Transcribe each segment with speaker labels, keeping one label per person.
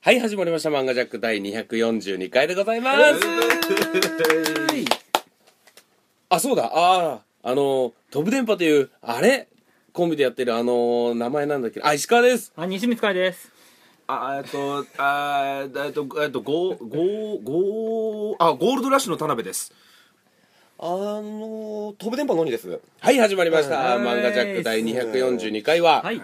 Speaker 1: はい、始まりました。漫画ジャック第242回でございます。あ、そうだ。ああ、あの、飛ぶ電波という、あれコンビでやってる、あの、名前なんだっけど、あ、石川です。
Speaker 2: あ、西光海です。
Speaker 3: あえっと、あえっと、えっと、ゴー、ゴー、ゴー、あ、ゴールドラッシュの田辺です。
Speaker 4: あの飛ぶ電波の鬼です
Speaker 1: はい、始まりました。
Speaker 2: はい
Speaker 1: 漫画ジャック第242回は、
Speaker 2: はい。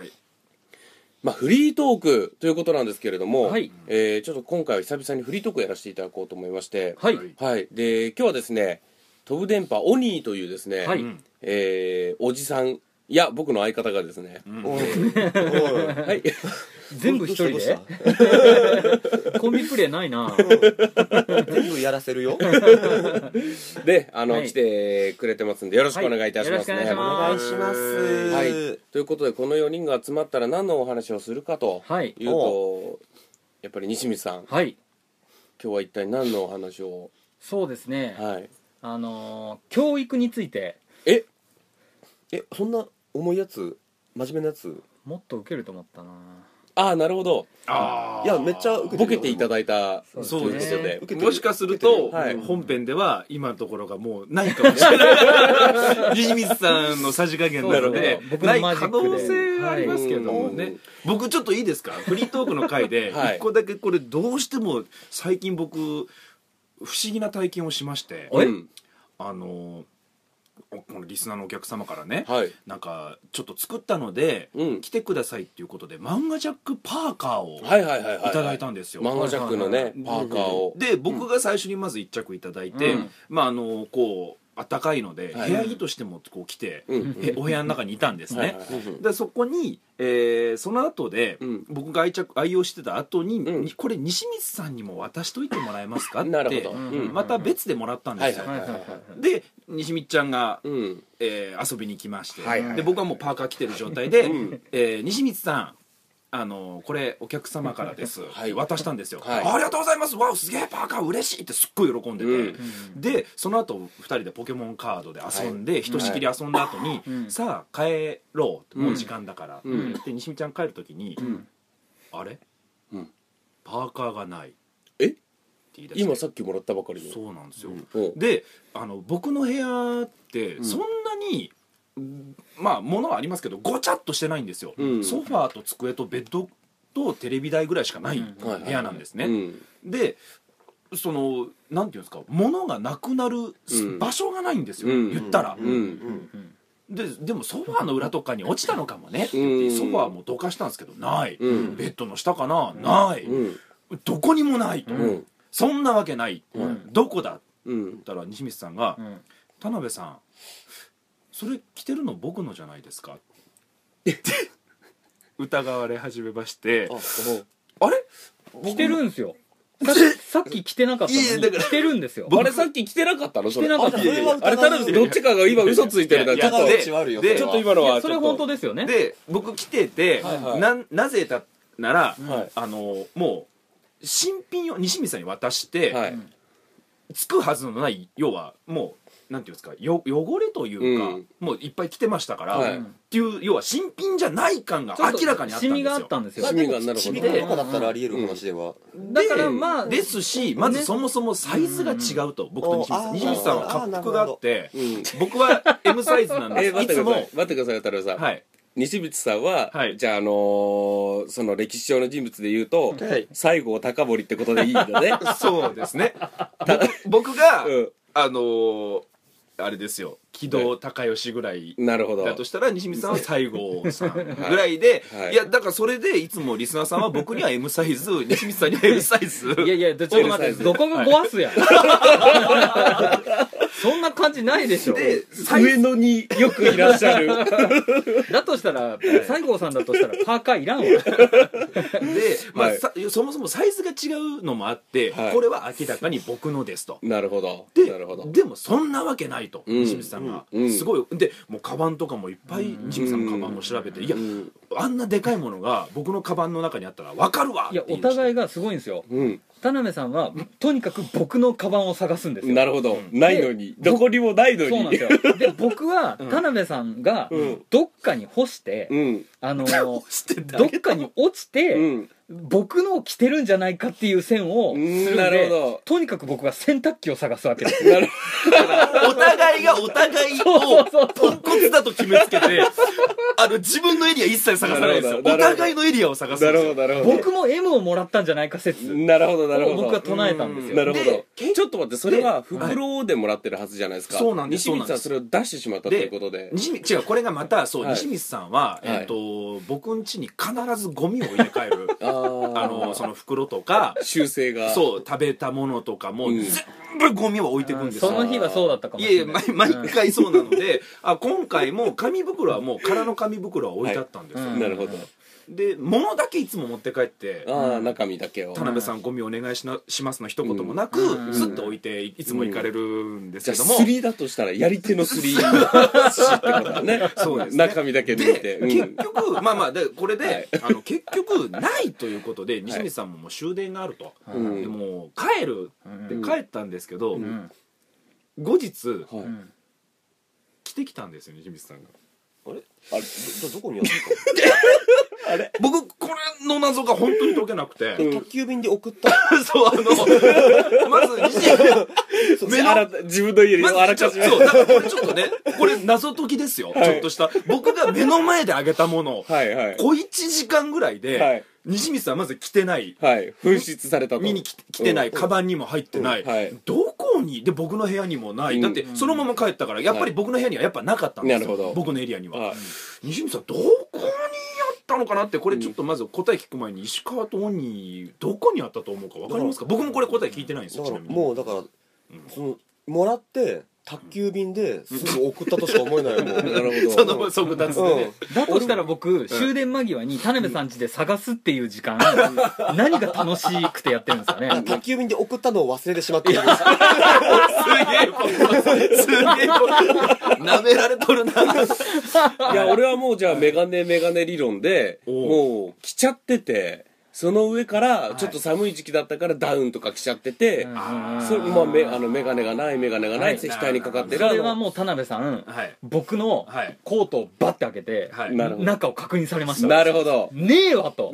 Speaker 1: まあ、フリートークということなんですけれども、
Speaker 2: はい
Speaker 1: えーちょっと今回は久々にフリートークやらせていただこうと思いまして、
Speaker 2: はい。
Speaker 1: はい、で、今日はですね、飛ぶ電波オニーというですね、
Speaker 2: はい
Speaker 1: えーおじさん、いや、僕の相方がですね、
Speaker 4: おいおい
Speaker 1: はい。
Speaker 2: 全部一人
Speaker 4: どうした
Speaker 2: で
Speaker 4: ど
Speaker 2: コンビプレイないな。
Speaker 4: うした全部やらせるよ
Speaker 1: で、あの、
Speaker 2: はい
Speaker 1: 来てくれてますんで、よろしくお願いいたしますね。
Speaker 2: はいよろしくお願いします
Speaker 4: お願いします
Speaker 1: はいということで、この4人が集まったら何のお話をするかと
Speaker 2: はい
Speaker 1: いうと、やっぱり西光さん、今
Speaker 2: はい。
Speaker 1: 日は一体何のお話を、
Speaker 2: そうですね。
Speaker 1: はい。
Speaker 2: あのー、教育について、
Speaker 1: え
Speaker 4: えそんな重いやつ真面目なやつ
Speaker 2: もっと受けると思ったな。
Speaker 1: ああ、なるほど。
Speaker 3: あ
Speaker 4: いやめっちゃ受けてる
Speaker 1: ボケていただいたという
Speaker 2: そ
Speaker 1: こと
Speaker 2: うですね
Speaker 1: で
Speaker 4: 受。けてる
Speaker 3: もしかすると、
Speaker 1: はい
Speaker 3: 本編では今のところがもうないかもしれない西水さんのさじ加減なので
Speaker 2: そうそう僕
Speaker 3: な
Speaker 2: の
Speaker 3: い
Speaker 2: マジ
Speaker 3: 可
Speaker 2: ックで
Speaker 3: 能性はありますけれどもね、
Speaker 1: はい
Speaker 3: 僕ちょっといいですかフリートークの回で
Speaker 1: はい
Speaker 3: 一個だけこれどうしても最近僕不思議な体験をしまして
Speaker 2: おえ
Speaker 1: うん
Speaker 3: あのこのリスナーのお客様からね、
Speaker 1: はい。
Speaker 3: なんかちょっと作ったので、
Speaker 1: うん
Speaker 3: 来てくださいっていうことで漫画ジャックパーカーを
Speaker 1: はいはいはいはい。
Speaker 3: いただいたんですよ、
Speaker 1: 漫画ジャックの
Speaker 2: はい
Speaker 1: ねパ
Speaker 2: は、
Speaker 1: ーカーを。
Speaker 3: で僕が最初にまず1着いただいて、
Speaker 2: うん
Speaker 3: まああのこう暖かいので、
Speaker 1: はい
Speaker 3: 部屋着としてもこう来て、
Speaker 1: うん
Speaker 3: えお部屋の中にいたんですね、
Speaker 1: はいはい
Speaker 3: でそこに、えーその後で、
Speaker 1: うん
Speaker 3: 僕が愛着愛用してた後に、
Speaker 1: うん
Speaker 3: にこれ西光さんにも渡しといてもらえますかって
Speaker 1: なるほど。う
Speaker 2: うん
Speaker 1: ん。
Speaker 3: また別でもらったんですよ、
Speaker 1: はいはい
Speaker 3: で西光ちゃんが
Speaker 1: うん。
Speaker 3: えー遊びに来まして、
Speaker 1: はいはいはい
Speaker 3: で僕はもうパーカー着てる状態で、
Speaker 1: うん
Speaker 3: えー西光さんあのこれお客様からです、
Speaker 1: はい
Speaker 3: 渡したんですよ、
Speaker 1: はい
Speaker 3: ありがとうございますわおすげえパーカー嬉しいってすっごい喜んでて、
Speaker 1: うん
Speaker 3: でその後二人でポケモンカードで遊んで、ひとしきり遊んだ後に、
Speaker 2: うん
Speaker 3: さあ帰ろうもう時間だから、
Speaker 1: うんうん
Speaker 3: で西見ちゃん帰る時に、あれ、
Speaker 1: うん
Speaker 3: パーカーがない
Speaker 1: え
Speaker 3: って言い出して
Speaker 1: 今さっきもらったばかりの。
Speaker 3: そうなんですよ、
Speaker 1: お
Speaker 3: であの僕の部屋って
Speaker 1: ん
Speaker 3: そんなに、うんまあ物はありますけどごちゃっとしてないんですよ、
Speaker 1: うん
Speaker 3: ソファーと机とベッドとテレビ台ぐらいしかない
Speaker 2: うん
Speaker 1: はいはい
Speaker 3: 部屋なんですね、
Speaker 1: うん
Speaker 3: でそのなんていうんですか物がなくなるす
Speaker 1: うん
Speaker 3: 場所がないんですよ、
Speaker 1: うん
Speaker 3: 言ったら、
Speaker 1: うん
Speaker 3: ででもソファーの裏とかに落ちたのかもねって言って
Speaker 1: うん
Speaker 3: ソファーもどかしたんですけどない、
Speaker 1: うん
Speaker 3: ベッドの下かなない、
Speaker 1: うん
Speaker 3: どこにもないと、
Speaker 1: うん
Speaker 3: そんなわけない、
Speaker 2: ん
Speaker 3: どこだって
Speaker 1: うん
Speaker 3: 言ったら西光さんが、
Speaker 2: うん
Speaker 3: 田辺さんそれ着てるの僕のじゃないですか?」疑われ始めまして
Speaker 1: あ
Speaker 3: あれ
Speaker 2: 着てるんすよ。さっきさっき着てなかったの
Speaker 3: いやいやだか
Speaker 2: に、
Speaker 3: ら
Speaker 2: 着てるんですよ。
Speaker 1: おあれさっき着てなかったのそれ
Speaker 2: 着てなかった
Speaker 1: あじゃああれただどっちかが今嘘ついてるな
Speaker 3: や
Speaker 1: ちょっと
Speaker 3: いやで
Speaker 4: 疑う余地はあるよ
Speaker 3: で
Speaker 4: そ
Speaker 1: ち
Speaker 4: れ
Speaker 1: ょっと
Speaker 4: は
Speaker 1: 今の
Speaker 2: い
Speaker 1: は
Speaker 2: や、それ本当ですよね。
Speaker 3: で僕着てて、
Speaker 1: はいはい
Speaker 3: なんなぜだなら、
Speaker 1: はい
Speaker 3: あのもう新品を西光さんに渡して、
Speaker 1: はい
Speaker 3: つくはずのない要はもうなんていうんですかよ汚れというか、
Speaker 1: うん
Speaker 3: もういっぱい着てましたから、
Speaker 1: はい
Speaker 3: っていう要は新品じゃない感が
Speaker 2: ちょっと
Speaker 3: 明らかにあったん
Speaker 2: シ
Speaker 3: で
Speaker 2: ミ
Speaker 3: す
Speaker 2: があ
Speaker 3: よ
Speaker 2: ったんですよ
Speaker 1: まあ。でもなるほど
Speaker 4: ちびっことかだったらあり得る話では
Speaker 2: だからまあ、
Speaker 3: ですしまずそもそもサイズが違うと、僕と西光さ
Speaker 4: あ
Speaker 3: ん
Speaker 4: ー
Speaker 3: 西光さんは恰幅があって
Speaker 1: うん
Speaker 3: 僕は M サイズなん
Speaker 1: え
Speaker 3: で
Speaker 1: ー待
Speaker 3: い
Speaker 1: って
Speaker 3: つ
Speaker 1: ください
Speaker 3: も
Speaker 1: 待ってください渡辺さん、
Speaker 3: はい
Speaker 1: 西口さんは、
Speaker 3: はい
Speaker 1: じゃああのーその歴史上の人物で言うと、
Speaker 4: はい
Speaker 1: 西郷隆盛ってことでいいんだ ね
Speaker 3: そうですね僕が、
Speaker 1: うん
Speaker 3: あのーあれですよ木戸孝義ぐらい
Speaker 1: なるほど
Speaker 3: だとしたら西光さんは西郷さんぐらいで、
Speaker 1: はいはい
Speaker 3: い、やだからそれでいつもリスナーさんは僕には M サイ ズ西光さんには L サイズ
Speaker 2: いやいや、ちょっと待って、どこが壊すやん。そんな感じないでしょ。
Speaker 3: でサイズ
Speaker 1: 上野によくいらっしゃる
Speaker 2: だとしたら、西郷さんだとしたらパーカー いらんわ。
Speaker 3: で、まあ
Speaker 1: はい
Speaker 3: さそもそもサイズが違うのもあって、
Speaker 1: はい
Speaker 3: これは明らかに僕のですと。
Speaker 1: なるほど
Speaker 3: で
Speaker 1: なるほど
Speaker 3: でもそんなわけないと、
Speaker 1: うん
Speaker 3: 西光さんが、
Speaker 1: うん
Speaker 3: すごいでもうカバンとかもいっぱい西光さんのカバンも調べて、いや、
Speaker 1: うん
Speaker 3: あんなでかいものが僕のカバンの中にあったら分かるわ
Speaker 2: いや
Speaker 3: っ、て
Speaker 2: お
Speaker 3: 言いました
Speaker 2: 互いがすごいんですよ。
Speaker 1: うん
Speaker 2: 田辺さんは、とにかく僕のカバンを探すんですよ。
Speaker 1: なるほど、ないのに
Speaker 2: で
Speaker 1: どこにもないのに
Speaker 2: そうなんですよ。で、僕は、
Speaker 3: うん
Speaker 2: 田辺さんが
Speaker 1: うん、
Speaker 2: どっかに干して、
Speaker 1: うん
Speaker 2: あのー、
Speaker 3: 知ってんだ
Speaker 2: どっかに落ちて、
Speaker 1: うん
Speaker 2: 僕のを着てるんじゃないかっていう線をするんで
Speaker 1: うんなるほど
Speaker 2: とにかく僕は洗濯機を探すわけです
Speaker 1: なる
Speaker 3: お互いがお互いをポンコツだと決めつけて、あの、自分のエリア一切探さないんですよ。お
Speaker 1: なるほど
Speaker 3: 互いのエリアを探すん
Speaker 1: な
Speaker 3: です
Speaker 1: るほど
Speaker 3: よ。
Speaker 1: なるほど
Speaker 2: 僕も M をもらったんじゃないか説を
Speaker 1: なるほどなるほど
Speaker 2: 僕は唱えたんですよ
Speaker 1: なるほど
Speaker 3: で
Speaker 1: ちょっと待ってそれは袋でもらってるはずじゃないですか、
Speaker 3: はいそうなんです
Speaker 1: 西光さんそれを出してしまったということで
Speaker 3: 西光違うこれがまたそう、
Speaker 1: はい
Speaker 3: 西光さん
Speaker 1: は
Speaker 3: は、
Speaker 1: い
Speaker 3: えっと僕ん家に必ずゴミを入れ替える
Speaker 1: あー
Speaker 3: あのその袋とか
Speaker 1: 修正が
Speaker 3: そう食べたものとかも
Speaker 1: うん
Speaker 3: 全部ゴミは置いていくんですよ、
Speaker 2: その日はそうだったかも
Speaker 3: い
Speaker 2: し
Speaker 3: やい
Speaker 2: れ
Speaker 3: や
Speaker 2: ない
Speaker 3: 毎 毎回そうなので、あ今回も紙袋はもう空の紙袋は置いてあったんですよ、
Speaker 2: は
Speaker 1: なるほど
Speaker 3: で物だけいつも持って帰って
Speaker 1: ああ中身だけを
Speaker 3: 田辺さんゴミお願いしなしますの一言もなく、
Speaker 2: うん
Speaker 3: ずっと置いていいつも行かれるんです
Speaker 1: じゃ
Speaker 3: け
Speaker 1: あ
Speaker 3: ども、
Speaker 1: スリーだとしたらやり手のスリー ってことだね
Speaker 3: そうですね
Speaker 1: 中身だけ抜いて
Speaker 3: で、
Speaker 1: うん
Speaker 3: 結局まあまあでこれで、あの結局ないということで西光さんももう終電があると、
Speaker 1: う
Speaker 3: で
Speaker 1: ん
Speaker 3: もう帰るって
Speaker 1: うん
Speaker 3: 帰ったんですけど、
Speaker 1: う
Speaker 2: うん
Speaker 3: 後日
Speaker 1: はい
Speaker 2: うん
Speaker 3: 来てきたんですよ西光さんが
Speaker 4: あれあれどどこにあるん
Speaker 3: 僕これの謎が本当に解けなくて、
Speaker 1: うん
Speaker 4: ですか宅急便で送った
Speaker 3: そうあ のまず西光目の
Speaker 1: あら自分の家に
Speaker 3: まず
Speaker 1: あらかじめ
Speaker 3: そう、だからこれちょっとね、これ謎解きですよ。ちょっとした。僕が目の前であげたものを、
Speaker 1: はいはい
Speaker 3: 小一時間ぐらいで、
Speaker 1: はい
Speaker 3: 西光さんはまず着てない。
Speaker 1: はい紛失されたと
Speaker 3: 見に来て来てない、カバンにも入ってない、
Speaker 1: うんはい
Speaker 3: どこにで僕の部屋にもない、
Speaker 1: うん
Speaker 3: だってそのまま帰ったからやっぱり僕の部屋にはやっぱなかったんですよ、
Speaker 1: なるほど
Speaker 3: 僕のエリアには、
Speaker 1: はい
Speaker 3: 西光さんどこにあったのかなってこれちょっとまず答え聞く前に石川と鬼どこにあったと思うか分かりますか僕もこれ答え聞いてないんです
Speaker 4: だ
Speaker 3: よ
Speaker 4: か
Speaker 3: ち
Speaker 4: ら
Speaker 3: なみに
Speaker 4: もうだからそのもらって宅急便ですぐ送ったとしか思えないもん
Speaker 1: なるほど
Speaker 3: その即達でね、
Speaker 2: だとしたら僕終電間際に田辺さん家で探すっていう時間何が楽しくてやってるんですかね
Speaker 4: うん宅急便で送ったのを忘れてしまっている
Speaker 3: すげえす げえなめられとるな。
Speaker 1: い や、俺はもうじゃあメガネメガネ理論で、
Speaker 3: おう
Speaker 1: もう着ちゃってて、その上から、ちょっと寒い時期だったからダウンとか着ちゃってて、それまあ、めあのメガネがないメガネがないって
Speaker 3: はい
Speaker 1: 額にかかって
Speaker 2: そ
Speaker 1: る、あ
Speaker 2: れは
Speaker 1: の、
Speaker 2: もう田辺さん
Speaker 3: はい。
Speaker 2: 僕の
Speaker 3: はい
Speaker 2: コートをバッて開けて
Speaker 3: はい。
Speaker 1: なるほど
Speaker 2: 中を確認されました
Speaker 1: なるほど。
Speaker 2: ねえわ と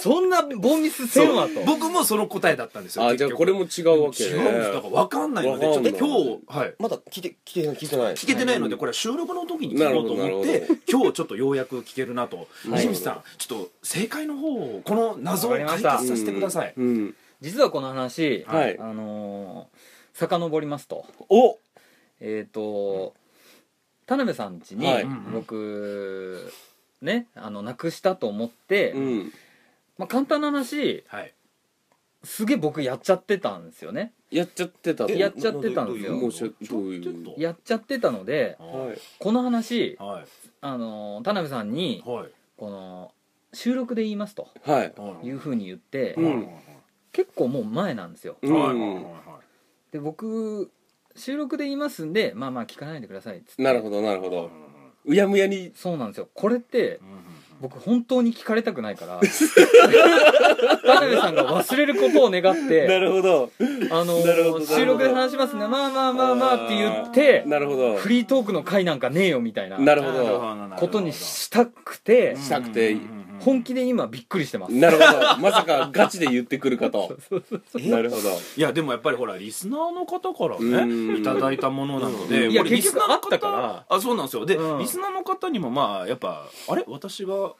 Speaker 2: そんなボンミスせんわと
Speaker 3: 僕もその答えだったんですよ。
Speaker 1: あ、
Speaker 3: 結
Speaker 1: じゃあ
Speaker 3: 局
Speaker 1: これも違うわけね
Speaker 3: 違うんです。だから分かんないので、
Speaker 1: わか
Speaker 3: ちょ
Speaker 1: ん
Speaker 3: っ
Speaker 1: な
Speaker 3: と
Speaker 1: い
Speaker 3: 今日、はい。
Speaker 4: まだ聞いて聞いて聞いてない
Speaker 3: 聞けてないので、これは収録の時に聞こうと思っ
Speaker 1: なる
Speaker 3: て、今日ちょっとようやく聞けるなと。
Speaker 1: はい
Speaker 3: 西光さん、ちょっと正解の方を、この謎を解決させてください。
Speaker 1: うん。うん
Speaker 2: 実はこの話、
Speaker 1: はい
Speaker 2: あのー遡りますと
Speaker 1: お
Speaker 2: えっ、と田辺さん家に
Speaker 1: はい
Speaker 2: 僕、ねあのなくしたと思って、
Speaker 1: うん。
Speaker 2: まあ、簡単な話
Speaker 3: はい。
Speaker 2: すげえ僕やっちゃってたんですよね
Speaker 1: やっちゃってたと。
Speaker 2: やっちゃってたんですよ
Speaker 1: もうしょどういう
Speaker 3: ちょっと
Speaker 2: やっちゃってたので
Speaker 1: は。
Speaker 3: はい
Speaker 2: この話
Speaker 3: い。、はい。
Speaker 2: あのー田辺さんに
Speaker 3: はい。
Speaker 2: この収録で言いますと
Speaker 1: はい。
Speaker 2: いうふうに言って、
Speaker 1: うん
Speaker 2: 結構もう前なんですよ
Speaker 1: う
Speaker 3: はい。はい。はい
Speaker 1: ん。
Speaker 2: で僕収録で言いますんでまあまあ聞かないでくださいっつって
Speaker 1: なるほど、なるほど。うやむやに、
Speaker 2: そうなんですよこれって僕本当に聞かれたくないから田辺さんが忘れることを願って
Speaker 1: るほど。
Speaker 2: あの
Speaker 1: なるほどなるほど
Speaker 2: 収録で話しますねまあまあまあまあって言って
Speaker 1: なるほど。
Speaker 2: フリートークの回なんかねえよみたいな
Speaker 1: なるほ
Speaker 3: なるほ
Speaker 1: ど。
Speaker 3: どなるほど
Speaker 2: ことにしたくて
Speaker 1: したくて
Speaker 3: うんうんうんうん
Speaker 2: 本気で今びっくりしてます
Speaker 1: なるほど。まさかガチで言ってくるかと。なるほど。
Speaker 3: いやでもやっぱりほらリスナーの方から
Speaker 1: うん
Speaker 3: ねいただいたものなので
Speaker 1: うん
Speaker 2: いや
Speaker 3: これリ
Speaker 2: 結
Speaker 3: ス
Speaker 2: 局
Speaker 3: ナーの
Speaker 2: あったから
Speaker 3: あそうなんですよで、
Speaker 2: うん
Speaker 3: リスナーの方にもまあやっぱあれ私が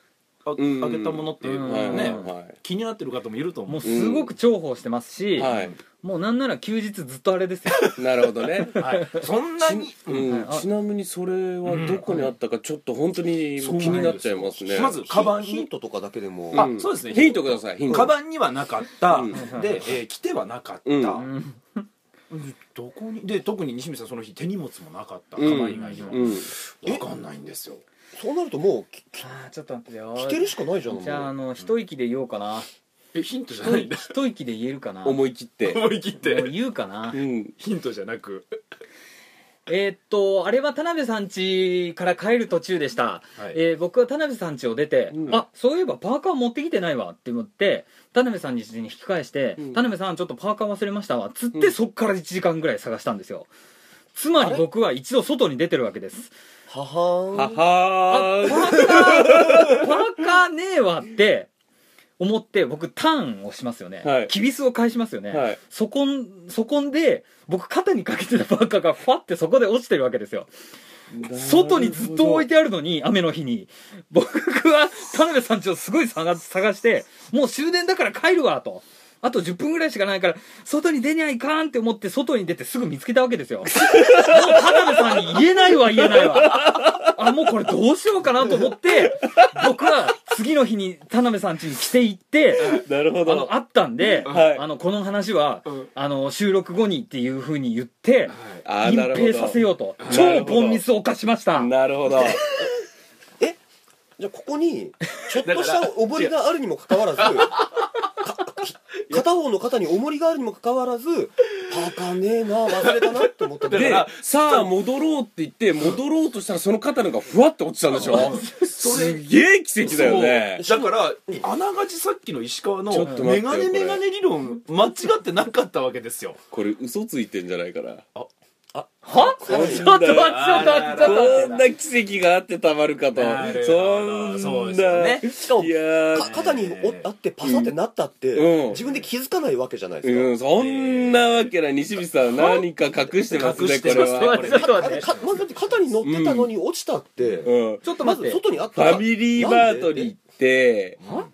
Speaker 3: あ,、
Speaker 1: うん
Speaker 3: げたものっていう
Speaker 2: うん
Speaker 3: ね、
Speaker 1: はい
Speaker 3: 気になってる方もいると思う
Speaker 2: もうすごく重宝してますし、
Speaker 1: はい、
Speaker 2: もうなんなら休日ずっとあれですよ
Speaker 1: なるほどね、
Speaker 3: はい、そんなに、
Speaker 1: う
Speaker 3: うん
Speaker 1: ん
Speaker 2: はいあ
Speaker 1: ちなみにそれはどこにあったかちょっと本当に
Speaker 3: そうなんです
Speaker 1: 気になっちゃいますね
Speaker 3: まずカバン
Speaker 4: ヒン
Speaker 3: に
Speaker 4: トとかだけでも
Speaker 1: うん
Speaker 3: あそうですね
Speaker 1: ヒントくださいヒント
Speaker 3: カバンにはなかった、
Speaker 1: うん
Speaker 3: で、えー着てはなかった、
Speaker 1: うん
Speaker 2: うん
Speaker 3: うんどこにで特に西見さんその日手荷物もなかったカ
Speaker 1: うん
Speaker 3: バン以外には、
Speaker 1: うん
Speaker 3: 分かんないんですよ
Speaker 4: そうなるともうきき
Speaker 2: あーちょっと待ってよ
Speaker 4: 聞けるしかないじゃん
Speaker 2: じゃああ
Speaker 4: も
Speaker 2: の一息で言おうかな
Speaker 3: えヒントじゃないんだ
Speaker 2: 一息で言えるかな
Speaker 1: 思い切って
Speaker 3: 思い切っ
Speaker 2: もう
Speaker 3: て
Speaker 2: 言うかな
Speaker 1: うん
Speaker 3: ヒントじゃなく
Speaker 2: えーっとあれは田辺さん家から帰る途中でした、
Speaker 3: はい
Speaker 2: えー僕は田辺さん家を出て、
Speaker 1: うん
Speaker 2: あそういえばパーカー持ってきてないわって思って田辺さんに家に引き返して、
Speaker 1: うん
Speaker 2: 田辺さんちょっとパーカー忘れましたわつって、
Speaker 1: うん
Speaker 2: そっから1時間ぐらい探したんですよつまり僕は一度外に出てるわけです
Speaker 4: はは
Speaker 1: は
Speaker 4: ーん
Speaker 2: あパ
Speaker 1: は
Speaker 2: ーカーパーカーねえわって思って僕ターンをしますよね、
Speaker 1: はい
Speaker 2: キビスを返しますよね、
Speaker 1: はい
Speaker 2: そこんそこんで僕肩にかけてたバカがファってそこで落ちてるわけですよ外にずっと置い
Speaker 1: て
Speaker 2: てあるのに雨の日に僕は田辺さんちをすごい探探してもう終電だから帰るわとあと10分ぐらいしかないから外に出にゃいかんって思って外に出てすぐ見つけたわけですよもう田辺さんに言えないわ言えないわあもうこれどうしようかなと思って僕は次の日に田辺さんちに来て行って
Speaker 1: なるほ
Speaker 2: あの
Speaker 1: ど
Speaker 2: 会ったんで、
Speaker 1: はい
Speaker 2: あのこの話は、
Speaker 3: うん
Speaker 2: あの収録後にっていうふうに言って
Speaker 1: あー
Speaker 2: 隠
Speaker 1: なるほど
Speaker 2: 蔽させようと
Speaker 1: なる
Speaker 2: 超
Speaker 1: ほど
Speaker 2: 凡ミスを犯しました
Speaker 1: なるほど
Speaker 4: じゃあここにちょっとした重りがあるにもかかわらずか片方の肩に重りがあるにもかかわらず「パかねえな忘れたな」って思ったんだ
Speaker 1: で
Speaker 4: よ
Speaker 1: さあ戻ろうって言って戻ろうとしたらその肩のがふわって落ちたんでしょすげえ奇跡だよね
Speaker 3: そうだからあながちさっきの石川の
Speaker 1: ちょっと待ってよ
Speaker 3: メガネ
Speaker 1: これ
Speaker 3: メガネ理論間違ってなかったわけですよ
Speaker 1: これ嘘ついてんじゃないかな
Speaker 2: は ちょっと待ってちょっと待ってちょっと待っ
Speaker 1: こんな奇跡があってたまるかと
Speaker 3: なるほ
Speaker 1: そん
Speaker 3: ど
Speaker 1: な
Speaker 3: そうですよね
Speaker 4: しかも
Speaker 1: いやー
Speaker 4: か肩におあってパサってなったって、
Speaker 1: うん
Speaker 4: 自分で気づかないわけじゃないですか、
Speaker 1: うん、そんなわけない西光さん何か隠してます
Speaker 3: 隠
Speaker 1: ね
Speaker 3: し
Speaker 1: こ
Speaker 3: て
Speaker 1: れ
Speaker 3: ますね
Speaker 1: は
Speaker 3: これ
Speaker 2: ちょっと待っ
Speaker 4: あれ
Speaker 2: て
Speaker 4: かまずだって肩に乗ってたのに落ちたって、
Speaker 1: うん
Speaker 2: ちょっと
Speaker 4: ま
Speaker 2: 待って
Speaker 4: ず外にあっ
Speaker 1: フ
Speaker 4: た
Speaker 1: ァミリーバートに行って
Speaker 3: は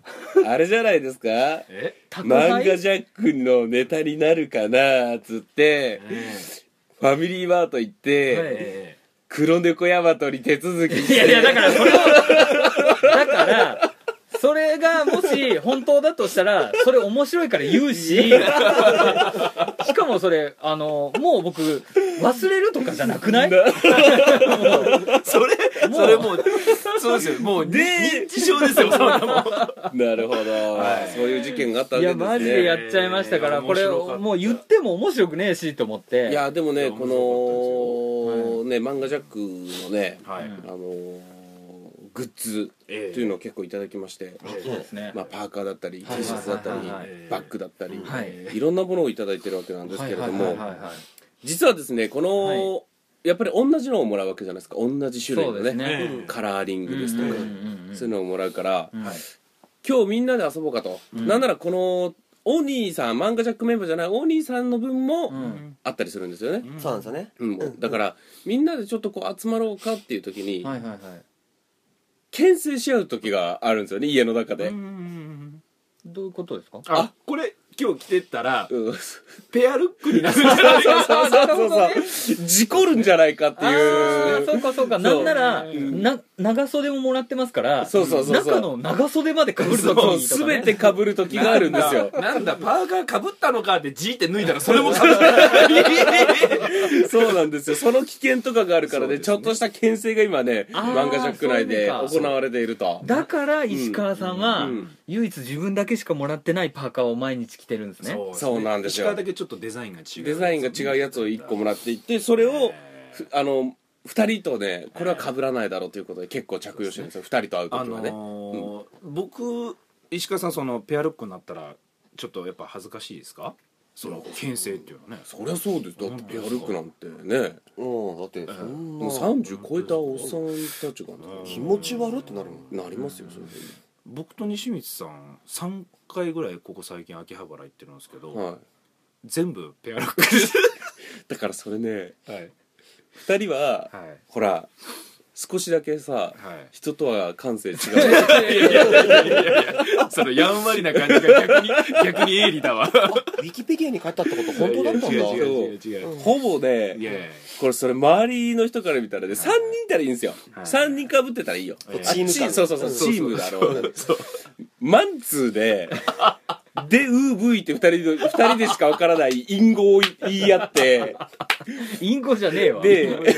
Speaker 1: あれじゃないですか
Speaker 3: え
Speaker 2: 宅
Speaker 1: 漫画
Speaker 2: 配
Speaker 1: ジャックのネタになるかなつってファミリーバート行って、
Speaker 2: はい
Speaker 3: え
Speaker 1: 黒猫ヤマトに手続きし
Speaker 2: い
Speaker 1: て
Speaker 2: やいやだからそれをだからそれがもし本当だとしたらそれ面白いから言 うししかもそれあのもう僕忘れるとかじゃなくないもう
Speaker 3: それ
Speaker 2: もう
Speaker 3: それもうそうですよもう
Speaker 1: で
Speaker 3: 認知症ですよそ んなもん
Speaker 1: なるほど、
Speaker 3: はい
Speaker 1: そういう事件があったわ
Speaker 2: い
Speaker 1: けで
Speaker 2: や
Speaker 1: すね
Speaker 2: マジでやっちゃいましたから、
Speaker 3: えー
Speaker 2: これ
Speaker 3: 面白かった
Speaker 2: もう言っても面白くねえしと思って
Speaker 1: いやでもね
Speaker 3: いや面白かった
Speaker 1: こ
Speaker 3: ですよ
Speaker 1: の、ね漫画ジャックのね、
Speaker 3: は
Speaker 2: う
Speaker 1: あ
Speaker 2: ん
Speaker 1: のーグッズ
Speaker 3: え
Speaker 1: というのを結構いただきまして、
Speaker 2: そうですね、
Speaker 1: まあ、パーカーだったり T
Speaker 2: はいはいはいはい
Speaker 1: シャツだったり
Speaker 2: はい
Speaker 1: バッグだったり、、
Speaker 2: はい
Speaker 1: ろんなものをいただいてるわけなんですけれど
Speaker 2: はい
Speaker 1: も
Speaker 2: はいはいはい
Speaker 1: 実はですねこの、
Speaker 2: はい
Speaker 1: やっぱり同じのをもらうわけじゃないですか同じ種類
Speaker 2: そう
Speaker 1: の
Speaker 2: です
Speaker 1: ね
Speaker 2: ね
Speaker 3: うん
Speaker 1: カラーリングですとか、
Speaker 2: うんうんうんうん
Speaker 1: そういうのをもらうから、
Speaker 2: うん
Speaker 3: はい
Speaker 1: 今日みんなで遊ぼうかと、
Speaker 2: うん
Speaker 1: なんならこのオニーさん漫画ジャックメンバーじゃないオニーさんの分も
Speaker 2: うん
Speaker 1: あったりするんですよね、
Speaker 4: そうなんですよね
Speaker 1: うんだからみんなでちょっとこう集まろうかっていう時に、
Speaker 2: はいはいはい
Speaker 1: 牽制し合う時があるんですよね家の中で、
Speaker 2: どういうことですか
Speaker 3: あこれ今日着てったら
Speaker 1: うんそう
Speaker 3: ペアルックになるんじゃないか
Speaker 1: そうそう
Speaker 2: なるほ
Speaker 1: そう事故るんじゃないかって
Speaker 2: あ
Speaker 1: い
Speaker 2: ー
Speaker 1: う
Speaker 2: そうかそうか
Speaker 1: そ
Speaker 2: な
Speaker 1: うん
Speaker 2: なら
Speaker 1: うん
Speaker 2: な長袖ももらってますから
Speaker 1: そうそうそうそう
Speaker 2: 中の長袖までかぶるとき
Speaker 1: そう
Speaker 2: にと
Speaker 1: す
Speaker 2: かね
Speaker 1: べて被る時があるんです よ
Speaker 3: なんだパーカーかぶったのかってじーって脱いだらそれもかぶっ
Speaker 1: そうなんですよその危険とかがあるからね
Speaker 3: そうです
Speaker 1: ちょっとした牽制が今ね
Speaker 2: あー
Speaker 1: 漫画ジャック内で
Speaker 2: そ
Speaker 1: 行
Speaker 2: うか
Speaker 1: われていると
Speaker 2: だから石川さんは
Speaker 1: うんうん
Speaker 2: 唯一自分だけしかもらってないパーカーを毎日着てるんですね
Speaker 1: そうなんですよ
Speaker 3: 石川だけちょっとデザインが違う
Speaker 1: デザインが違うやつを1個もらっていってそれをふあの2人とねこれは被らないだろうということで結構着用してるんですよ2人と会う
Speaker 3: あ
Speaker 1: 時はね、
Speaker 3: のー僕石川さんそのペアルックになったらちょっとやっぱ恥ずかしいですかその牽制っていうのはね
Speaker 1: そりゃそうですだってペアルックなんてね
Speaker 4: うんだってそんな
Speaker 1: もう30超えたおっさんたちが
Speaker 4: 気持ち悪ってなるもん
Speaker 1: なりますよそれ
Speaker 3: 僕と西光さん3回ぐらいここ最近秋葉原行ってるんですけど、
Speaker 1: で、は
Speaker 3: 全部ペアルックです
Speaker 1: い、だからそれね
Speaker 3: はい
Speaker 1: 2人は、
Speaker 3: はい
Speaker 1: ほら少しだけさ、
Speaker 3: はい
Speaker 1: 人とは感性違 う
Speaker 3: そのやんわりな感じが逆に逆に鋭利だわ
Speaker 4: ウィキペディアに書いてあったこと本当だったん
Speaker 3: いや
Speaker 4: だ
Speaker 3: 違う違う違う違う
Speaker 1: ほぼ
Speaker 3: いやい
Speaker 1: ね
Speaker 3: やいや
Speaker 1: これそれ周りの人から見たらね3人いたらいいんですよ、
Speaker 3: はい
Speaker 1: 三3人かぶってたらいいよ、
Speaker 3: はい
Speaker 1: あ
Speaker 4: チーム感
Speaker 1: チそうそうそう
Speaker 4: うん
Speaker 1: チームだろう
Speaker 3: そう
Speaker 1: マンツーでで「うーぶい」って2人の二人でしかわからない隠語を言い合って
Speaker 2: インコじゃねえわ
Speaker 1: で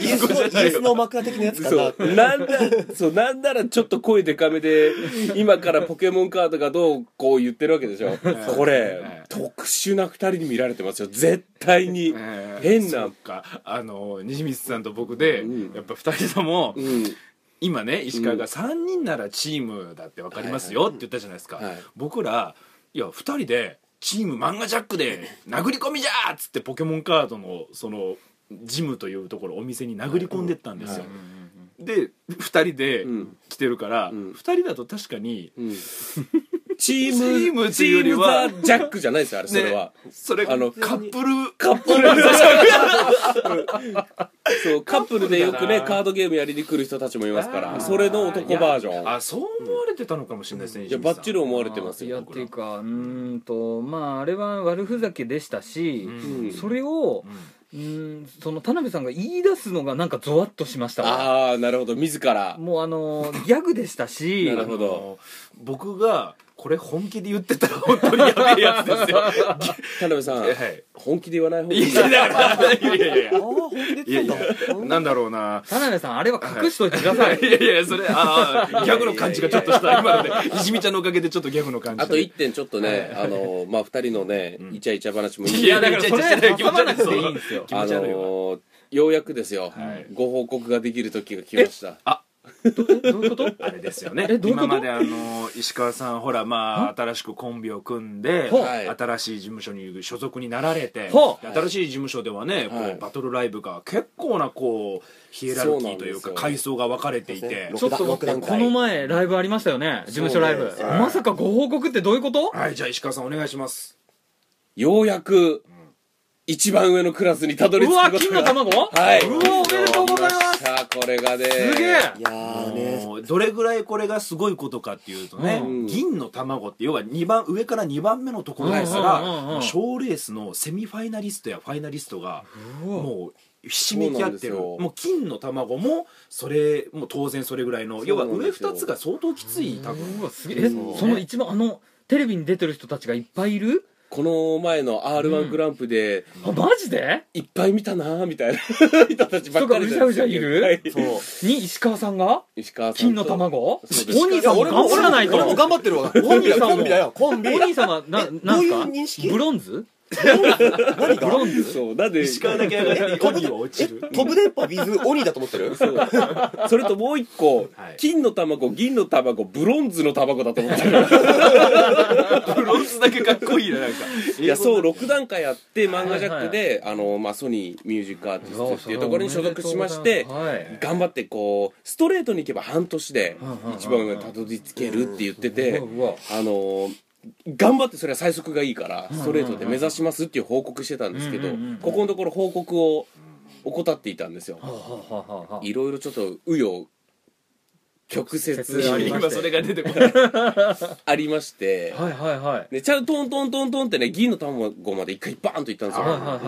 Speaker 4: イエスのイエスの枕的なやつかな
Speaker 1: そうなんだそうなんならちょっと声でかめで今からポケモンカードがどうこう言ってるわけでしょこれ特殊な2人に見られてますよ絶対に
Speaker 3: えー
Speaker 1: 変な
Speaker 3: そっかあの西光さんと僕で、やっぱ二人とも、
Speaker 1: うん
Speaker 3: 今ね石川が3人ならチームだって分かりますよって言ったじゃないですか、
Speaker 1: はい
Speaker 3: 僕らいや2人でチーム漫画ジャックで殴り込みじゃーっつってポケモンカードのそのジムというところお店に殴り込んでったんですよ、で2人で
Speaker 1: うん
Speaker 3: 来てるから、
Speaker 1: ん
Speaker 3: 2人だと確かに
Speaker 1: うんチ
Speaker 3: チ
Speaker 1: ー
Speaker 3: ー
Speaker 1: ム
Speaker 3: ム
Speaker 1: チ
Speaker 3: っていうより
Speaker 1: ーム
Speaker 3: は
Speaker 1: ザジャックじゃないですよあれそれは、
Speaker 3: それ
Speaker 1: あの
Speaker 3: カップル
Speaker 1: カップルそうカップルでよくねカードゲームやりに来る人たちもいますからそれの男バージョン
Speaker 3: あそう思われてたのかもしれないですね
Speaker 1: いやバッチリ思われてます
Speaker 2: いや
Speaker 1: よ
Speaker 2: っ、ていうかうーんとまああれは悪ふざけでしたし、
Speaker 1: うん
Speaker 2: それをうーんその田辺さんが言い出すのがなんかゾワッとしましたわ
Speaker 1: ああなるほど自ら
Speaker 2: もうあのギャグでしたし
Speaker 1: なるほど
Speaker 3: 僕がこれ本気で言ってたら本当にやべえやつですよ
Speaker 1: 田辺さん、
Speaker 3: はい
Speaker 1: 本気で言わない方がい
Speaker 3: い
Speaker 1: い
Speaker 3: やいやいやいや
Speaker 4: ああ本気で
Speaker 3: いや
Speaker 4: 言
Speaker 3: い
Speaker 4: ってたん
Speaker 3: や
Speaker 4: だ
Speaker 3: なんだろうな
Speaker 2: 田辺さんあれは隠しといてください
Speaker 3: いやいやそれああギャグの感じがちょっとした今のでいじみちゃんのおかげでちょっとギャグの感じ
Speaker 1: あと1点ちょっとね、あのまあ、2人のね、イチャイチャ話もいいんで
Speaker 3: い
Speaker 2: いや
Speaker 3: や
Speaker 2: だからそ
Speaker 3: い
Speaker 2: れ
Speaker 3: やいやいや
Speaker 2: 挟まなくていいんですよ
Speaker 3: 気持ち悪いわ
Speaker 1: ーようやくですよ、
Speaker 3: はい
Speaker 1: ご報告ができる時が来ました
Speaker 2: どどういうこと
Speaker 3: あれですよね
Speaker 2: えどういうこ
Speaker 3: 今
Speaker 2: と
Speaker 3: まであの石川さんほらまあ新しくコンビを組んで、
Speaker 2: ほう
Speaker 3: 新しい事務所に所属になられて、
Speaker 2: ほう
Speaker 3: で新しい事務所ではね、
Speaker 1: はい
Speaker 3: こうバトルライブが結構なこうヒエラルキーとい
Speaker 1: そ
Speaker 3: う
Speaker 1: う
Speaker 3: か
Speaker 1: なんで
Speaker 3: 階層が分かれていて、
Speaker 4: そう
Speaker 2: ちょっと
Speaker 4: 六
Speaker 2: 待っ
Speaker 4: 段
Speaker 2: てこの
Speaker 4: 六
Speaker 2: 前ライブありましたよね事務所ライブ、
Speaker 4: そうです
Speaker 2: まさかご報告ってどういうこと
Speaker 3: はいじゃあ石川さんお願いします
Speaker 1: ようやく一番上のクラスにたどり
Speaker 2: う
Speaker 1: 着
Speaker 2: わ
Speaker 1: くこと
Speaker 2: 金の
Speaker 1: が
Speaker 2: 卵
Speaker 1: はいう
Speaker 2: わおめでとうございます
Speaker 1: さあこれがね
Speaker 2: すげえ
Speaker 4: いやーね
Speaker 3: もうどれぐらいこれがすごいことかっていうとね、
Speaker 1: うん
Speaker 3: 銀の卵って要は2番上から2番目のところですから
Speaker 2: うんうんうんうん
Speaker 3: もう賞レースのセミファイナリストやファイナリストがもうひしめき合ってる
Speaker 1: そうなんですよ
Speaker 3: もう金の卵もそれもう当然それぐらいの
Speaker 1: そう
Speaker 3: 要
Speaker 1: な
Speaker 3: は
Speaker 1: んですよ
Speaker 3: 上2つが相当きつい多分
Speaker 2: うわすげええ
Speaker 1: そう
Speaker 2: その一番あのテレビに出てる人たちがいっぱいいる
Speaker 1: この前の r 1グランプリで
Speaker 2: あマジで
Speaker 1: いっぱい見たなーみたい な人たちば
Speaker 2: 人
Speaker 1: っか
Speaker 2: が
Speaker 1: り
Speaker 2: う
Speaker 1: で
Speaker 2: じゃうじゃいる
Speaker 4: そう
Speaker 2: に石川さんが
Speaker 1: 石川さんと
Speaker 2: 金の卵
Speaker 1: そうです
Speaker 2: お兄
Speaker 4: い
Speaker 2: さ
Speaker 4: や
Speaker 2: んも
Speaker 4: 俺
Speaker 2: 頑
Speaker 4: も
Speaker 2: 張らないと
Speaker 4: 俺も頑張ってるわコンビだよコンビだよコンビ
Speaker 2: お兄様なな
Speaker 4: どうんい
Speaker 2: すか
Speaker 4: う認識
Speaker 2: ブロンズ
Speaker 4: 何
Speaker 2: ブロ
Speaker 4: が
Speaker 2: ンズ
Speaker 1: そうなんで
Speaker 3: 石川だけ 上がって鬼は落
Speaker 4: え
Speaker 3: ちる
Speaker 4: 飛ぶ電波ビズ鬼だと思ってる
Speaker 1: そうそれともう一個、
Speaker 3: はい
Speaker 1: 金の卵銀の卵ブロンズの卵だと思ってる
Speaker 3: ブロンズだけかっこいいななんか
Speaker 1: いやそう
Speaker 3: 英語
Speaker 1: 6段階あって漫画ジャックで、あのまあ、ソニーミュージックアーティストっていうところに所属しまして
Speaker 2: はい
Speaker 1: 頑張ってこうストレートに行けば半年で
Speaker 2: うんうんうん
Speaker 1: 一番上にたどり着けるって言ってて、
Speaker 2: うわうわ
Speaker 1: あの頑張ってそれは最速がいいからストレートで目指しますっていう報告してたんですけど、
Speaker 2: うんうんうんうん
Speaker 1: ここのところ報告を怠っていたんですよ
Speaker 2: はあはあはあはい
Speaker 1: ろいろちょっと紆余曲折
Speaker 2: 曲折ありま
Speaker 1: あ
Speaker 2: した
Speaker 3: 今それが出てこない
Speaker 1: りまして、
Speaker 2: あはいはいはい
Speaker 1: でちゃんとトントントントンってね銀の卵まで一回バーンといったんですよ、
Speaker 2: はいはいはい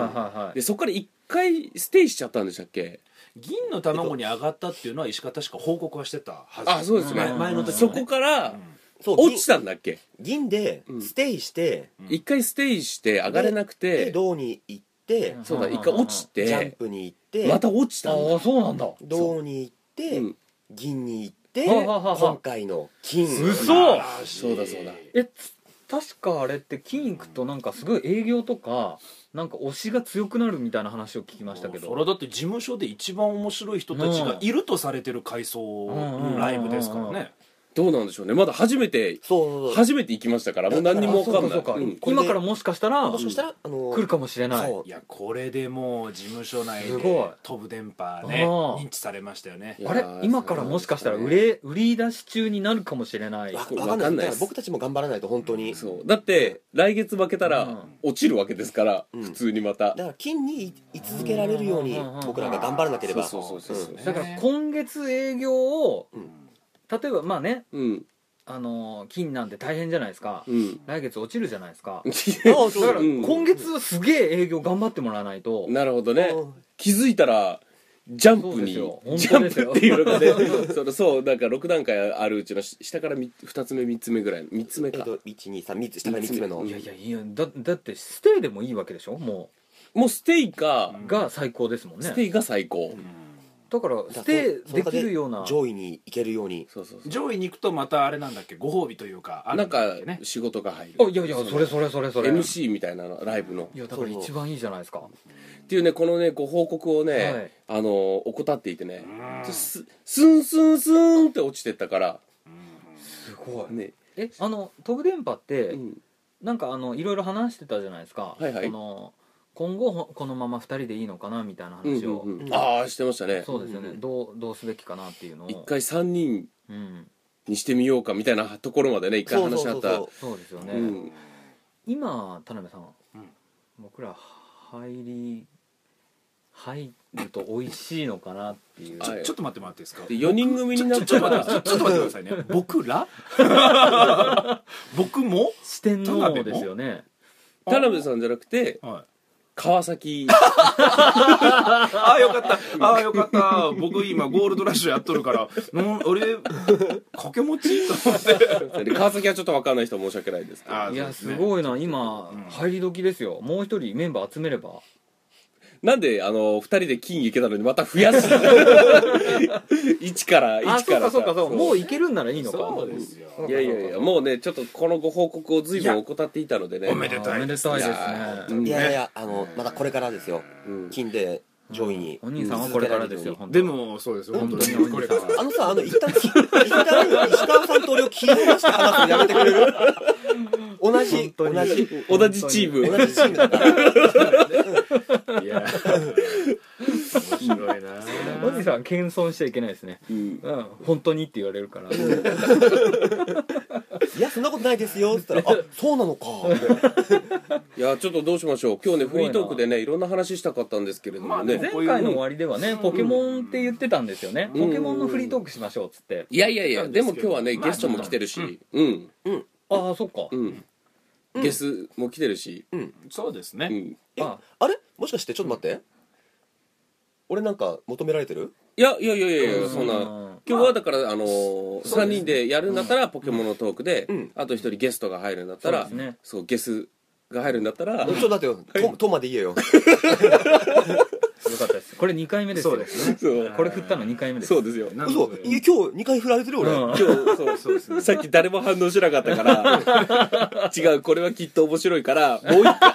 Speaker 2: はい
Speaker 1: でそこから一回ステイしちゃったんでしたっけ
Speaker 3: 銀の卵に上がったっていうのは石川確か報告はしてたはず
Speaker 1: あそうですね、
Speaker 3: 前前の時
Speaker 1: そこから
Speaker 4: そう
Speaker 1: 落ちたんだっけ
Speaker 4: 銀銀でステイして
Speaker 3: うん
Speaker 1: 一回ステイして上がれなく
Speaker 4: で
Speaker 1: て
Speaker 4: 銅に行って
Speaker 1: そうだ一回落ち
Speaker 4: ジャン
Speaker 1: て
Speaker 4: プに行って
Speaker 1: また落ちたんだ
Speaker 2: ああそうなんだ
Speaker 4: 銅に行って
Speaker 1: うん
Speaker 4: 銀に行っ
Speaker 2: は
Speaker 4: て
Speaker 2: あはあはあ
Speaker 4: 今回の金
Speaker 2: 嘘
Speaker 1: そうだそうだ
Speaker 2: えつ確かあれって筋肉となんかすごい営業とかなんか推しが強くなるみたいな話を聞きましたけ
Speaker 3: そ
Speaker 2: ど
Speaker 3: れだって事務所で一番面白い人たちがいるとされてる階層のライブですからね
Speaker 1: どうなんでしょうねまだ初めて
Speaker 4: そうそうそう
Speaker 1: 初めて行きましたからもう何にも分かんな
Speaker 2: あそうかそうか
Speaker 1: い
Speaker 2: 今からもしかしたら
Speaker 4: もしかしたらあの
Speaker 2: 来るかもしれない
Speaker 4: そ
Speaker 3: い
Speaker 4: う
Speaker 3: やこれでもう事務所内
Speaker 2: すごい
Speaker 3: で飛ぶ電波ね
Speaker 2: あー
Speaker 3: 認知されましたよね
Speaker 1: いや
Speaker 2: あれ今からもしかしたら売れ売り出し中になるかもしれない
Speaker 4: わ
Speaker 1: こ
Speaker 4: わかん
Speaker 1: わか
Speaker 4: ない
Speaker 1: んない
Speaker 4: だ
Speaker 1: で
Speaker 4: か
Speaker 1: す
Speaker 4: ら僕たちも頑張らないと本当にだ
Speaker 1: そうだって来月負けた
Speaker 2: うん
Speaker 1: ら落ちるわけですから
Speaker 4: うん
Speaker 1: 普通にまた
Speaker 4: から金に居続けられるように
Speaker 2: うん
Speaker 4: 僕らが頑張らなければ
Speaker 1: そうそうそうそう
Speaker 4: うん
Speaker 2: だから今月営業を
Speaker 4: うん
Speaker 2: 例えばまあね
Speaker 1: うん
Speaker 2: あのー金なんて大変じゃないですか
Speaker 1: うん
Speaker 2: 来月落ちるじゃないですか
Speaker 4: ああ
Speaker 2: だ
Speaker 4: そう
Speaker 2: から
Speaker 1: うん
Speaker 2: 今月はすげえ営業頑張ってもらわない と
Speaker 1: なるほどね
Speaker 4: うん
Speaker 1: 気づいたらジャンプに
Speaker 2: そうです
Speaker 1: ジ
Speaker 2: よ本当
Speaker 1: ャン
Speaker 2: ですよ
Speaker 1: プっていうのが ねそのそうなんか6段階あるうちのし下からみ2つ目3つ目ぐらい3つ目
Speaker 4: えっ
Speaker 1: か
Speaker 4: と123つ下が3つ目の
Speaker 1: うん
Speaker 2: いやいやいやだだってステイでもいいわけでしょも
Speaker 1: もうステイか
Speaker 2: うが最高ですもんね
Speaker 1: ステイが最高
Speaker 2: だからステイできるような
Speaker 4: 上位に行けるように
Speaker 1: そうそうそう
Speaker 3: 上位に行くとまたあれなんだっけご褒美というかあ
Speaker 1: な
Speaker 3: る
Speaker 1: ん
Speaker 3: だ
Speaker 1: か
Speaker 3: っけね
Speaker 1: 仕事が入る
Speaker 2: あいやいやそれそれそれそれ
Speaker 1: MC みたいなのライブの
Speaker 2: いやだから一番いいじゃないですか
Speaker 1: っていうねこのねご報告をね、
Speaker 2: はい
Speaker 1: あの怠っていてねすスンスンスンって落ちてったから
Speaker 2: すごい
Speaker 1: ね、
Speaker 2: えあの飛ぶ電波って、
Speaker 1: うん、
Speaker 2: なんかあのいろいろ話してたじゃないですか、
Speaker 1: はいはい
Speaker 2: この今後ほこのまま2人でいいのかなみたいな
Speaker 1: うん
Speaker 2: 話
Speaker 1: う
Speaker 2: を、
Speaker 1: んうんああしてましたね
Speaker 2: そうですよね、
Speaker 4: うん
Speaker 2: どうどうすべきかなっていうのを
Speaker 1: 一回3人
Speaker 2: うん
Speaker 1: にしてみようかみたいなところまでね一回
Speaker 4: そう
Speaker 1: 話
Speaker 4: そう
Speaker 1: し合っ
Speaker 4: そうそ
Speaker 1: た
Speaker 4: う
Speaker 2: そうですよね、
Speaker 1: うん
Speaker 2: 今田辺さん、
Speaker 3: うん
Speaker 2: 僕ら入り入ると美味しいのかなっていう
Speaker 1: はい
Speaker 3: ちょっと待ってもらっていいですか
Speaker 1: で4人組になった
Speaker 3: ちょっと待っ
Speaker 1: ら
Speaker 3: てちょちょっと待ってください ね僕ら僕も
Speaker 2: 四天
Speaker 3: 田
Speaker 2: 王
Speaker 3: 辺も
Speaker 2: ですよね
Speaker 1: 田辺さんじゃなくて
Speaker 3: はい
Speaker 1: 川崎
Speaker 3: ああよかったああよかった僕今ゴールドラッシュやっとるからうん俺掛け持ちと思って
Speaker 1: で川崎はちょっと分かんない人は申し訳ないですけど
Speaker 3: あ
Speaker 2: いやす
Speaker 3: い
Speaker 2: ごいな今、
Speaker 3: うん
Speaker 2: 入り時ですよもう一人メンバー集めれば
Speaker 1: なんであの2人で金いけたのにまた増やす 一から
Speaker 2: あ
Speaker 1: 一か
Speaker 2: そう
Speaker 1: ら
Speaker 2: か
Speaker 1: さ
Speaker 2: そうかそうもういけるんならいいのか
Speaker 3: そうですよ
Speaker 1: いやいやいやもうねちょっとこのご報告を随分怠っていたのでね
Speaker 3: おめでたい
Speaker 2: おめでたいですね
Speaker 1: やー
Speaker 4: いやいやいやあ
Speaker 2: う
Speaker 4: の
Speaker 2: ん
Speaker 4: まだこれからですよ
Speaker 1: うん
Speaker 4: 金で上位に
Speaker 2: お兄さんはこれからですよ
Speaker 4: 続
Speaker 2: 本当
Speaker 3: で
Speaker 2: に
Speaker 3: もそうですよ
Speaker 2: 本
Speaker 3: 本
Speaker 2: 当
Speaker 3: 当
Speaker 2: に
Speaker 3: に
Speaker 2: お
Speaker 3: こ
Speaker 2: 兄
Speaker 3: れか
Speaker 2: さん
Speaker 3: ら
Speaker 2: は
Speaker 4: あのさあの一旦一旦石川さんと俺を切り離して話すのやめてくれ る同じ
Speaker 2: 本当
Speaker 4: 同
Speaker 2: に
Speaker 4: じ
Speaker 1: 同じチーム
Speaker 4: 同じチームだから
Speaker 3: いや面白いな
Speaker 2: おじさん謙遜しちゃいけないですね
Speaker 1: うん
Speaker 2: うん本当にって言われるから
Speaker 4: いやそんなことないですよっつったらあそうなのか
Speaker 1: いやちょっとどうしましょう今日ね
Speaker 2: す
Speaker 1: フ
Speaker 2: ごいな
Speaker 1: リートークでねいろんな話したかったんですけれどもね、
Speaker 3: まあ
Speaker 2: 前
Speaker 3: ね
Speaker 2: 回の終わりではねポケモンって言ってたんですよね
Speaker 1: うん
Speaker 2: ポケモンのフリートークしましょうっつって
Speaker 1: いやいやいや
Speaker 3: なん
Speaker 1: で
Speaker 3: で
Speaker 1: も
Speaker 3: すけ
Speaker 1: 今日
Speaker 3: ど
Speaker 1: はね
Speaker 3: まあ
Speaker 1: ゲストも来てるしうん
Speaker 2: ああそっか
Speaker 1: うんゲスも来てるし
Speaker 3: そうです
Speaker 1: う
Speaker 3: ね
Speaker 1: ん
Speaker 4: え
Speaker 2: あ
Speaker 4: あれもしかしてちょっと待って俺なんか求められてる
Speaker 1: いやいやいやいやいやそんな
Speaker 2: な
Speaker 1: 今日はだからあのー、3人でやるんだったらポケモンのトークで、
Speaker 4: うん
Speaker 1: あと1人ゲストが入るんだったら
Speaker 2: そうですね
Speaker 1: そうゲスが入るんだったら、
Speaker 4: ちょっと待ってよトトマで言えよ
Speaker 2: よかったですこれ2回目ですよ
Speaker 3: そうですね
Speaker 1: そう
Speaker 2: これ振ったの2回目です
Speaker 1: そうですよ
Speaker 3: な
Speaker 4: 嘘
Speaker 3: ので
Speaker 4: いや今日2回振られてる俺
Speaker 2: うん
Speaker 1: 今日そう
Speaker 3: そうですね
Speaker 1: さっき誰も反応しなかったから 違うこれはきっと面白いからもう一回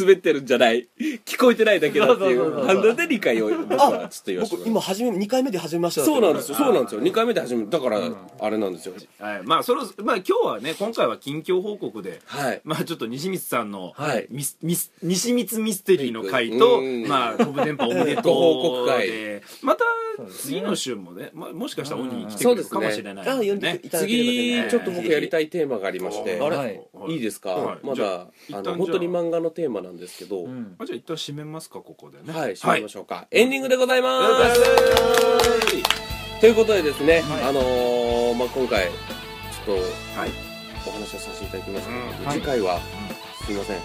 Speaker 1: 滑ってるんじゃない聞こえてないだけだってい
Speaker 2: そうそうそうそう
Speaker 1: う判断で理解を僕はちょっと言わせても
Speaker 4: 僕
Speaker 1: ら
Speaker 4: 今初め2回目で始めましただって
Speaker 1: そうなんですよそうなんですよ2回目で始めるだから、あれなんですよ
Speaker 3: はいまあそれまあ今日はね今回は近況報告で
Speaker 1: はい
Speaker 3: まあちょっと西光さんの
Speaker 1: はい
Speaker 3: ミスミス西光ミステリーの回と
Speaker 1: うん
Speaker 3: まあ飛ぶ電波おめでと
Speaker 1: ご
Speaker 3: う
Speaker 1: 報告会
Speaker 3: でまた
Speaker 2: そうですね
Speaker 3: 次の週もねまあもしかしたら鬼に来てくれるかもしれない
Speaker 4: あ呼んで
Speaker 3: ね
Speaker 4: いただければ
Speaker 1: 次
Speaker 4: ね
Speaker 1: ちょっと僕やりたいテーマがありまして
Speaker 4: あれ
Speaker 2: はい
Speaker 1: いいですか、
Speaker 3: はい
Speaker 1: ま
Speaker 3: じゃ
Speaker 1: だ
Speaker 3: 一
Speaker 1: あの
Speaker 3: 旦じゃあ
Speaker 1: 本当に漫画のテーマなんですけど、
Speaker 2: うん
Speaker 3: あじゃあ一旦締めますかここでね
Speaker 1: はい締めましょうか、エンディングでございま
Speaker 3: はいありがとうござい
Speaker 1: す
Speaker 3: ます
Speaker 1: ということでですね、
Speaker 3: はい
Speaker 1: あのーまあ、今回ちょっ
Speaker 3: はい
Speaker 1: とお話をさせていただきましたけど、
Speaker 3: うんはい
Speaker 1: 次回は、すいません、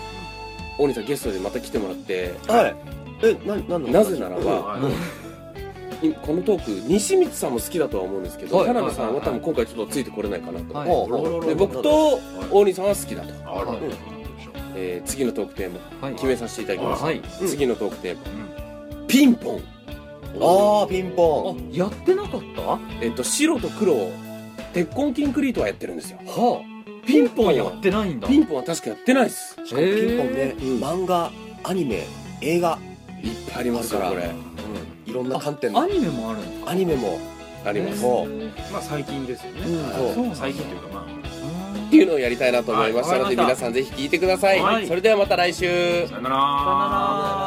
Speaker 1: 大西さんゲストでまた来てもらって
Speaker 4: はいえななんの
Speaker 1: なぜならば、
Speaker 3: はい
Speaker 1: いこのトーク西光さんも好きだとは思うんですけど、
Speaker 2: はい
Speaker 1: 田辺さんは多
Speaker 2: は
Speaker 1: 分
Speaker 2: い
Speaker 1: 今回ちょっとついてこれないかなと、
Speaker 2: はい
Speaker 4: ほうほう
Speaker 3: はい
Speaker 1: で僕と大西さんは好きだと、
Speaker 3: あら
Speaker 4: うん
Speaker 1: えー次のトークテーマ
Speaker 2: はい
Speaker 1: 決めさせていただきます、
Speaker 2: はい
Speaker 4: うん
Speaker 1: 次のトークテーマ、ピンポン
Speaker 4: ああピンポ
Speaker 2: あ
Speaker 4: ン
Speaker 2: やってなかったは
Speaker 1: えっと白と黒を鉄痕キンクリートはやってるんですよ
Speaker 2: あ
Speaker 1: ピンポン
Speaker 2: や
Speaker 1: よ
Speaker 2: ってないんだ
Speaker 1: ピンポンは確かやってないです
Speaker 4: しかもピンポン
Speaker 2: へ
Speaker 4: ね漫画アニメ映画
Speaker 1: いっぱいありますよ
Speaker 4: あ
Speaker 1: こ
Speaker 4: るか
Speaker 1: れ
Speaker 4: いろんな観点
Speaker 2: ア
Speaker 4: の
Speaker 2: ニメもあるんですか
Speaker 4: アニメも
Speaker 1: ありますっ
Speaker 4: へーそう
Speaker 3: まあ最近ですよね
Speaker 4: うんそう
Speaker 2: そうなんだ
Speaker 3: 最近というかまあ
Speaker 1: ていうのをやりたいなと思いました
Speaker 3: はい
Speaker 1: ので
Speaker 3: わかりまし
Speaker 1: 皆
Speaker 3: た
Speaker 1: さんぜひ聞いてくださ
Speaker 3: はいい
Speaker 1: それではまた来週
Speaker 3: さよなら
Speaker 2: ら